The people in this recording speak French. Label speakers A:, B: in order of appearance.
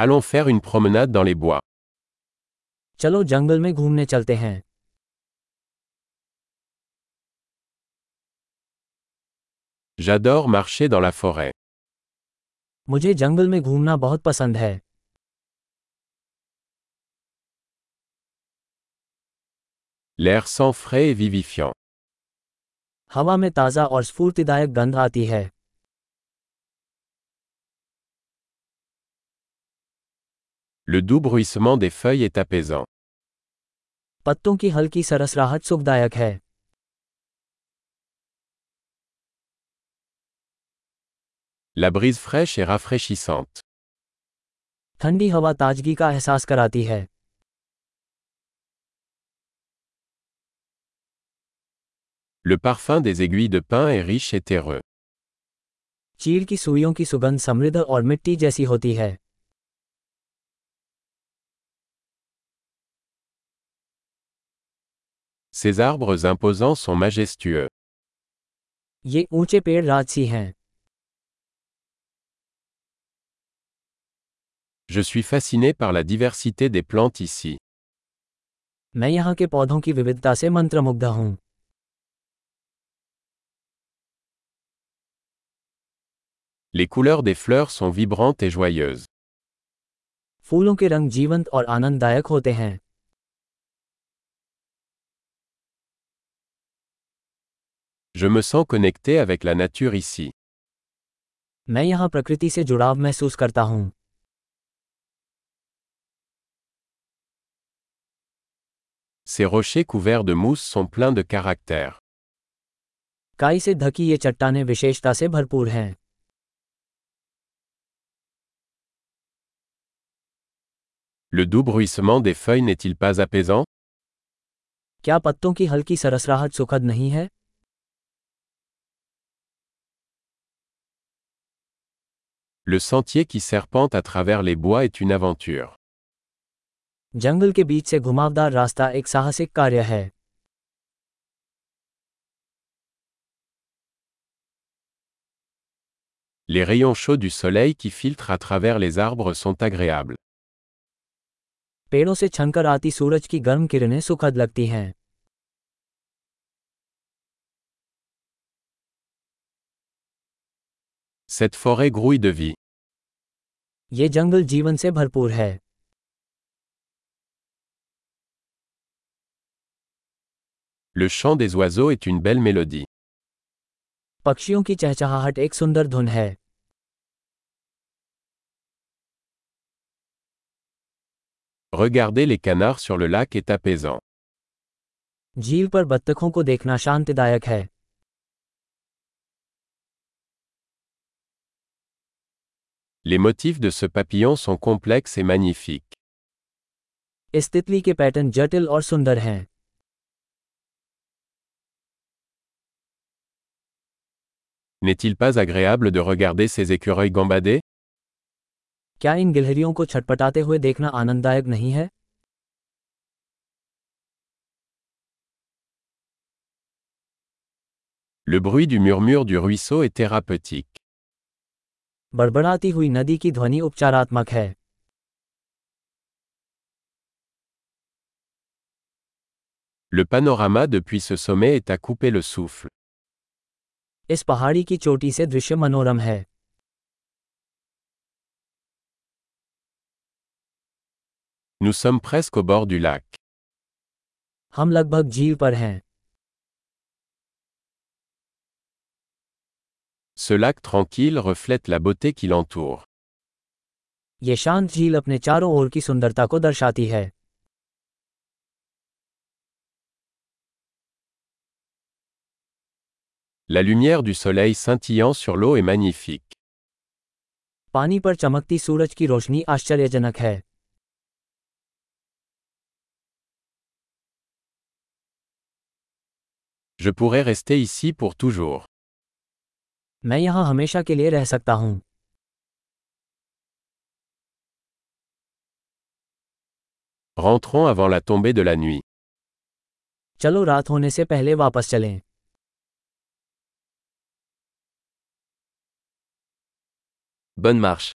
A: Allons faire une promenade dans les bois.
B: चलो जंगल में घूमने चलते हैं
A: J'adore marcher dans la forêt.
B: मुझे जंगल में घूमना बहुत पसंद है
A: L'air sent frais et vivifiant.
B: हवा में ताज़ा और स्फूर्तिदायक गंध आती है
A: Le doux bruissement des feuilles est apaisant.
B: पत्तों की हल्की सरसराहट सुखदायक है
A: La brise fraîche est rafraîchissante.
B: ठंडी हवा ताजगी का एहसास कराती है
A: Le parfum des aiguilles de pin est riche et terreux.
B: चीड़ की सुइयों की सुगंध समृद्ध और मिट्टी जैसी होती है
A: Ces arbres imposants sont majestueux.
B: ये ऊंचे पेड़ राजसी हैं
A: Je suis fasciné par la diversité des plantes ici.
B: मैं यहाँ के पौधों की विविधता से मंत्रमुग्ध हूँ
A: Les couleurs des fleurs sont vibrantes et joyeuses.
B: फूलों के रंग जीवंत और आनंददायक होते हैं
A: Je me sens connecté avec la nature ici.
B: मैं यहाँ प्रकृति से जुड़ाव महसूस करता हूँ
A: Ces rochers couverts de mousse sont pleins de caractère.
B: काई से ढकी ये चट्टाने विशेषता से भरपूर हैं
A: Le doux bruissement des feuilles n'est-il pas apaisant
B: क्या पत्तों की हल्की सरसराहट सुखद नहीं है
A: Le sentier qui serpente à travers les bois est une aventure.
B: जंगल के बीच से घुमावदार रास्ता एक साहसिक कार्य है
A: Les rayons chauds du soleil qui filtrent à travers les arbres sont agréables.
B: पेड़ों से छनकर आती सूरज की गर्म किरणें सुखद लगती हैं
A: Cette forêt grouille de vie.
B: ये जंगल जीवन से भरपूर है
A: Le chant des oiseaux est une belle mélodie.
B: पक्षियों की चहचहाहट एक सुंदर धुन है
A: Regarder les canards sur le lac est apaisant.
B: झील पर बत्तखों को देखना शांतिदायक है
A: Les motifs de ce papillon sont complexes et magnifiques.
B: इस तितली के पैटर्न जटिल और सुंदर हैं
A: N'est-il pas agréable de regarder ces écureuils gambader
B: क्या इन गिलहरियों को छटपटाते हुए देखना आनंददायक नहीं है
A: Le bruit du murmure du ruisseau est thérapeutique.
B: बड़बड़ाती हुई नदी की ध्वनि उपचारात्मक है
A: Le panorama depuis ce sommet est à couper le souffle.
B: इस पहाड़ी की चोटी से दृश्य मनोरम है
A: Nous sommes presque au bord du lac.
B: हम लगभग झील पर हैं
A: Ce lac tranquille reflète la beauté qui l'entoure.
B: ये शांत झील अपने चारों ओर की सुंदरता को दर्शाती है
A: La lumière du soleil scintillant sur l'eau est magnifique.
B: पानी पर चमकती सूरज की रोशनी आश्चर्यजनक है
A: Je pourrais rester ici pour toujours.
B: मैं यहाँ हमेशा के लिए रह सकता हूँ
A: Rentrons avant la tombée de la nuit.
B: चलो रात होने से पहले वापस चलें
C: Bonne marche.